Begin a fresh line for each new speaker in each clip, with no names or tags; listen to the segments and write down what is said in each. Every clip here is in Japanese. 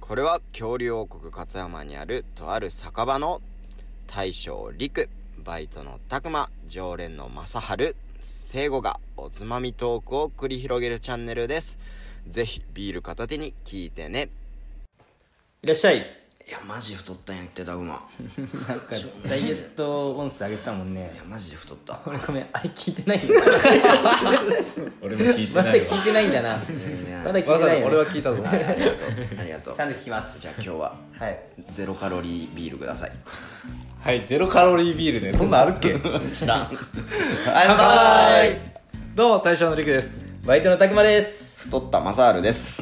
これは恐竜王国勝山にあるとある酒場の大将陸、バイトの拓磨、常連の正春、聖子がおつまみトークを繰り広げるチャンネルです。ぜひビール片手に聞いてね。
いらっしゃい
いや、マジ太ったんやって、拓磨。
なんかダイエット音声あげたもんね
いや、マジで太った。
俺ごめんあれ聞いてないよ
俺も聞いて
まだ
ないわ
聞いてないんだなまだ聞いて
わ
な
ざわざ
いよ、
俺
ね、
は聞いたぞ
ありがとう。ありがとう
ち。ゃんと聞きます
じゃあ今日は
はい
ゼロカロリービールください。
はいゼロカロリービールねそんなんあるっけ知らん
乾
どうも大将のりくです
バイトのたくまです
太ったマサールです。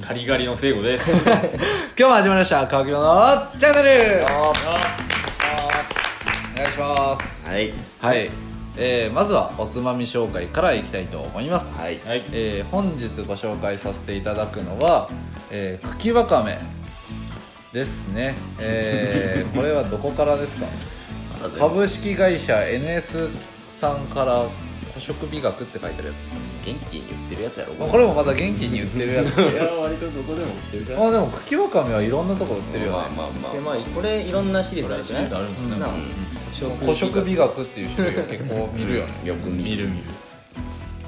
カリガリの聖子です
今日も始まりました「川木のチャンネル」お願いします
はい。
はい、えー、まずはおつまみ紹介からいきたいと思います、
はい。
はい
えー本日ご紹介させていただくのは、えー、茎わかめですね、え ー、これはどこからですか株式会社 NS さんから捕食美学って書いてあるやつです
元気に言ってるやつやろ、
これもまた元気に売ってるやつ
いや割とどこでも売ってるか
まあでも茎わかめはいろんなとこ売ってるよね、
まあまあまあ
で。まあこれいろんなシリーズあるじゃない
あるもんな
なあ
古食美学っていう種類を結構見る よね
よく見
見る見る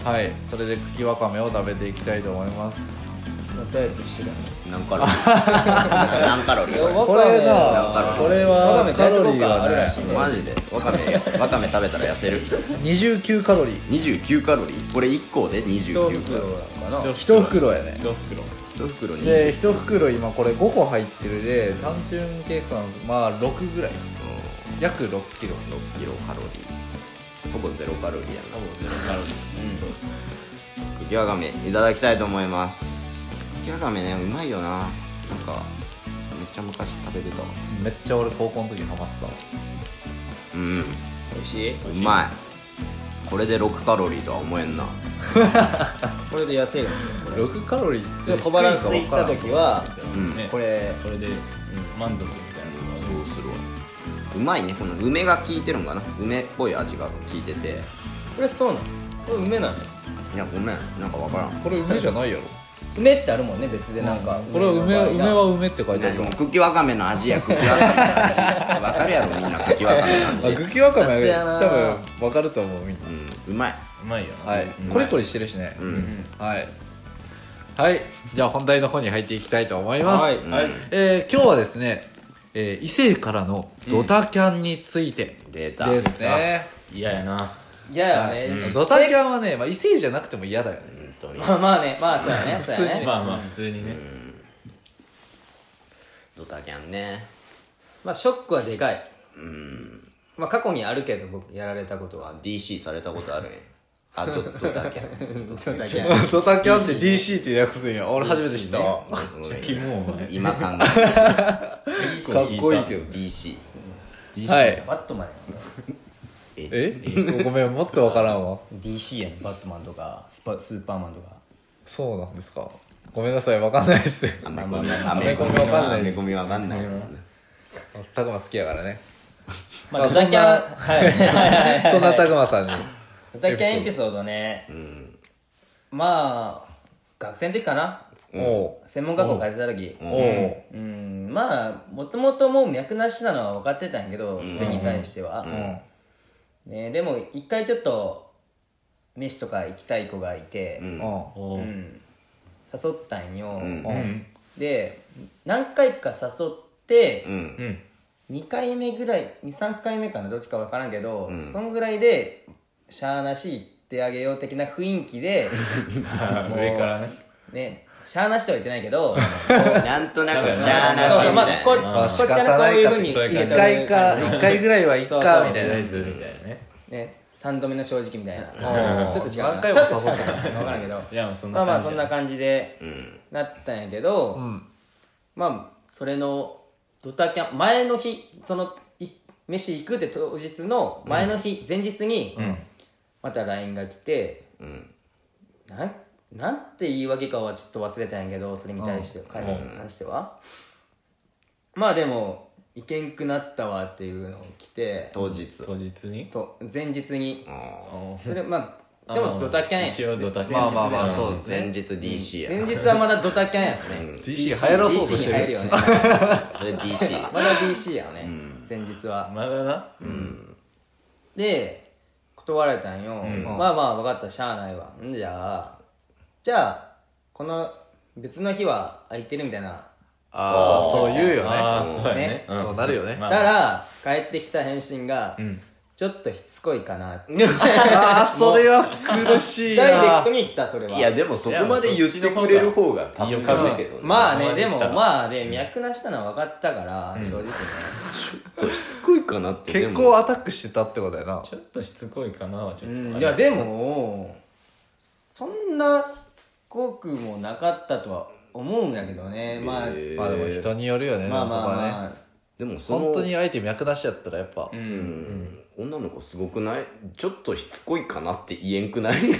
はいそれで茎わかめを食べていきたいと思います
ダイエットしてる
何カロリー何カロリーこ
これ
わか
が
る
これ
わか
は
め
カロリー
あ
が
るら
ね
しい
れ
ね
マジでわかめわかめ食べたら痩せる
29カロリー
29カロリーこれ1個で
一
29カロ
袋
リー
かな
1袋やね
一袋
1袋に
で1袋今これ5個入ってるで単純計算まあ6ぐらい約6キロ
6キロカロリーほぼゼロカロリーや
多分ゼロカロリー、そうですね
な茎わかめいただきたいと思います茎わかめねうまいよななんかめっちゃ昔食べてたわ
めっちゃ俺高校の時ハマったわ
うん
美味しいう
まいこれで6カロリーとは思えんな
これで痩せるんですよこ
6カロリーっ
れ
て
で小腹空い
低
た
ん
時は
うん
ね
これ
これで満足みたいなのが
そうするわうまいねこの梅が効いてるんかな梅っぽい味が効いてて
これそうなのこれ梅なの
いやごめんなんかわからん
これ梅じゃないやろ
梅ってあるもんね別でなんか
これは梅
の場合が
梅は梅って書いてあ
ね
る
も
わ
う茎わかめの味や茎わかめわかるやろみんな茎わかめの味
あ茎わか
雑
め
やな
多分わかると思うみんな
うんうまいう
まいよな
はい
うん
コリコリしてるしね
うん、
はいはいじゃあ本題の方に入っていきたいと思います、
はい
うん
はい
えー今日はですね、えー異性からのドタキャンについて
出た
ですね、
嫌やない
や
はい
よね
ドタキャンはね、まあ、異性じゃなくても嫌だよね
本当に
まあまあねまあそうやねそうやね
まあまあ普通にね
ドタキャンね
まあショックはでかい
うん
まあ過去にあるけど僕やられたことは
あ DC されたことあるねあドドタキャン
そうだけ
ドタキャンって DC って訳すんや俺初めて知ったわ
うん
キモお前
今考えた
かっこいいけど
DC
DC
はい
バットマンや
え
えごめんもっとわからんわ
ん DC やんバットマンとかスパスーパーマンとか
そうなんですかごめんなさいわかんないです
アメコミア
メコミわかんない
アメコミわかんない
たくま好きやから ね
まあドタキャン はい
そんなたくまさんに
ドタキャンエピソードね
うん
まあ学生の時かな
おう
専門学校通ってた時
おう
うんまあもともともう脈なしなのは分かってたんやけどそれに関しては、
うん
ね、でも一回ちょっと飯とか行きたい子がいて、
う
うん
ん
うん
おう
誘ったんよ、
うん
うん
で何回か誘って
う、ん
うん
2回目ぐらい23回目かなどっちか分からんけど、
うん
そんぐらいでしゃあなし行ってあげよう的な雰囲気で
上からね
ねしゃあなしとは言ってない けど
なんとなくしゃあなしみたい
まあ
な
ここっち
ま
まあ仕
は
方
そう
ないいうか
ふう
って
に
一
そういう感じ
回か一回ぐらいはいっかみ
と
たい
りあえ
な
ずみたいなね
ね3度目の正直みたいな
おー
ちょっと違うな
何回も誘っ てた
ちょっと違うな分からんけど
いやまあそんな
まあまあ
感じ
そ
や
んな感じで
うん
なったんやけど、
うん
まあそれのドタキャン前の日そのい飯行くって当日の前の日、前日に、また LINE が来て
うん
なんなんて言い訳かはちょっと忘れたんやけどそれに対して、彼に関しては、まあでも行けんくなったわっていうのを来て
当日
当日に
と前日に
あ
おう
それまあ
あ
でもドタキャンや
一応ドタキャン
まあまあまあそう
う
です前日 DC や、
前日はまだドタキャンやった
う
ね
ん
DC 流行ろうとし
DC に
て
入
る
るよね
あれ DC
まだ DC やね、
ん
前日は
まだな
で断られたんよ、
ん
まあまあ分かったしゃあないわんじゃあじゃあこの別の日は空いてるみたいな
ああそう言うよ
ああ
ね
そうやね
ね
ん
そうなるよね
まあ
だから帰ってきた返信が、
ん
ちょっとしつこいかなって
ああそれは苦しい
ダイレ
な
クトに来たそれはい
やでもそこまで言ってくれる方が助かるけどね
まあね
うん
でも
うん
まあね脈なしたのは分かったから、正直ね
しつこいかなってで
結
も
構アタックしてたってことやな
ちょっとしつこいかなはちょっと
うんいやでもそんなしつこくもなかったとは思うんやけどねまあ、
えー
まあでも人によるよね
まあまあ
そこはね
まあ、
でもその
本当に相手脈出しちゃったらやっぱ、
う
い
ん
女の子すごくないちょっとしつこいかなって言えんくない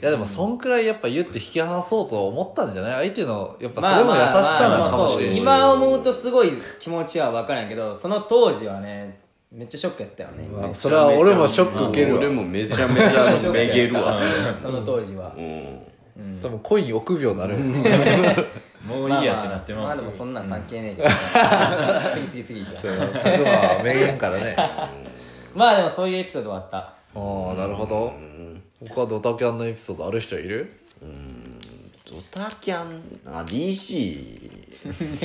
やでもそんくらいやっぱ言って引き離そうと思ったんじゃない相手のやっぱ
ま
そ
あ
れも優しさなのかもしれんし、
まあまあまあそう今思うとすごい気持ちは分からんやけどその当時はねめっちゃショックやったよね、
まあ それは俺もショック受けるわ
俺もめちゃめちゃめげる わ
その当時は、
うん
多分恋に臆病になる、
もういいやってなって
まあ、ま
ま
あ、
う
でもそんなん関係ねえけど、次次次
そういうのまあ名言から ねあ
まあでもそういうエピソードはあった
あなるほど他ドタキャンのエピソードある人いる
ドタキャンあ DC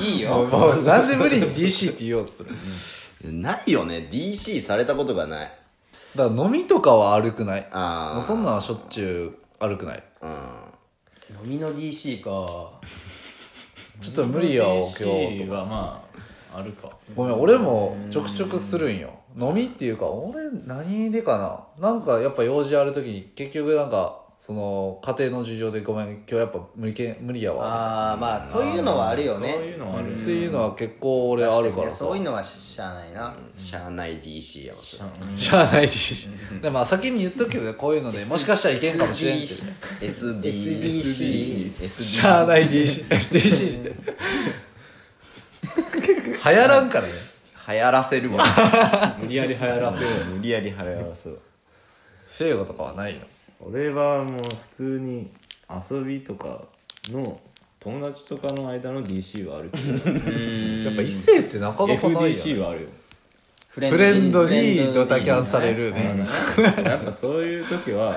いい
あ
よ
まあなんで無理に DC って言おうとする
ないよね DC されたことがない
だから飲みとかは歩くないもう
あ
そんなんはしょっちゅう歩くない
あうん
飲みの DC か
ちょっと無理やわ今日
はまああるか
ごめん俺もちょくちょくするんよ飲みっていうか俺何でかななんかやっぱ用事ある時に結局なんかその家庭の事情でごめん今日やっぱ無理け無理やわ
ああまあそういうのはあるよね
そういうのはある
っていうのは結構俺あるからさ
そういうのはしゃあないな、
しゃあない DC やわそれ
しゃあないしでもまあ先に言っとくけどねこういうのでもしかしたらいけんかもしれんって
SDC
SD SD
しゃあない DC SDC って流行らんからね
流行らせる わ
無理やり流行らせる
無理やり流行らせる
聖子とかはないよ
俺はもう普通に遊びとかの友達とかの間の DC はあるけど
やっぱ異性ってなかなかないよ
FDC
ね
はあるよ
フ
フレンドにドタ
だ
キ
け
ャンされる
あ
ね
のやっぱそういう時は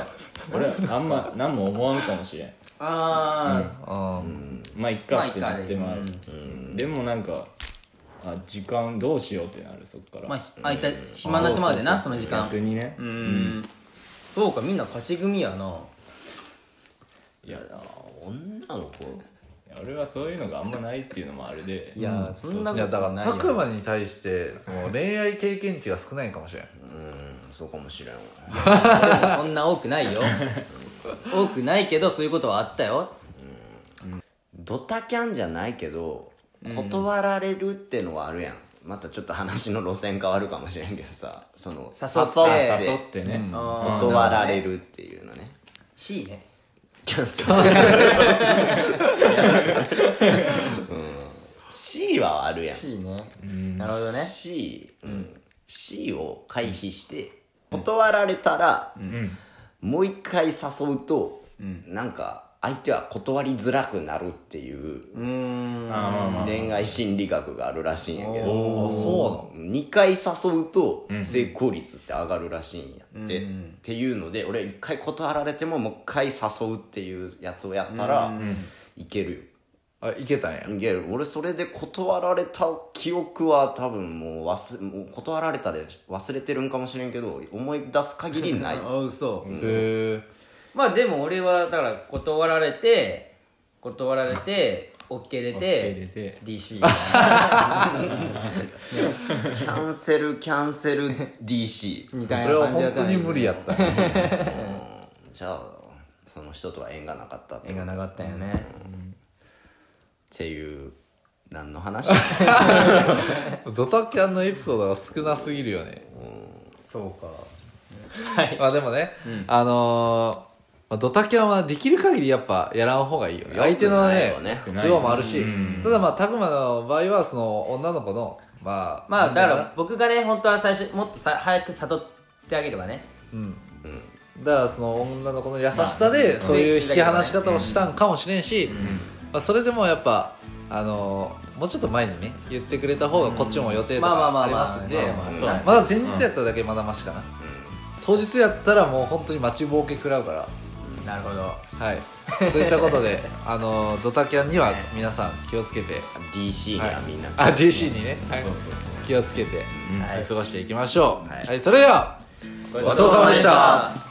俺はあんま何も思わんかもしれん
ああ、
うん
まあいっ
まあ
か
いっか
ってなってまうでもなんかあ時間どうしようってなるそっから
まああいた暇になってまうでなその時間
逆にね
うん、そうかみんな勝ち組やない
や女の子
俺はそういうのがあんまないっていうのもあれで
いや、そんないこ
や
と
だ
は
か
な
ら
いよ
拓磨に対してその恋愛経験値が少ないんかもしれん
うんそうかもしれんわ
そんな多くないよ多くないけどそういうことはあったよ
ドタキャンじゃないけど断られるってのはあるやんまたちょっと話の路線変わるかもしれんけどさその
誘
誘って
誘ってね
断られるっていうのね
C ね
キャンセルうん C はあるやん
C ねなるほどね
C, C を回避して断られたら、もう一回誘うと、なんか相手は断りづらくなるっていう
うーん
あーまあまあ
恋愛心理学があるらしいんやけど
あそ
2回誘うと成功率って上がるらしいんやって、っていうので俺は1回断られてももう一回誘うっていうやつをやったら、いけるよ
うなのあいけたんや
いや俺それで断られた記憶は多分もう忘もう断られたで忘れてるんかもしれんけど思い出す限り ない
ああ嘘
へえ
まあでも俺はだから断られて断られて OK 出
OK 出
て
て
DC
キャンセルキャンセル DC
みたい
そ
な
れは
感じだ
本
った
当に無理やったね
じゃあその人とは縁がなかったって
絵がなかったよね
っていう何の話
ドタキャンのエピソードが少なすぎるよね
そうか
まあでもねあのーまあドタキャンはできる限りやっぱやらん方がいいよね
よくない
相
よね
手のね
よ
都合もあるしただまあ拓磨の場合はその女の子のまあ
まあだか
なん
ら僕がね本当は最初もっとさ早く悟ってあげればね
うんだからその女の子の優しさでそういう引き離し方をしたんかもしれんし、まあ、それでもやっぱあのもうちょっと前にね言ってくれた方がこっちも予定と
まあまあまあ
かありますんで
まあ
まあ
そう
はい
まだ前日やっただけまだましかな当日やったらもう本当に待ちぼうけ食らうから
なるほど
はいそういったことであのドタキャンには皆さん気をつけて
DC にはみんな、
あ DC にね、
そうそうそう
気をつけて
うん
過ごしていきましょう、
はい
はい、それではごちそうさまでした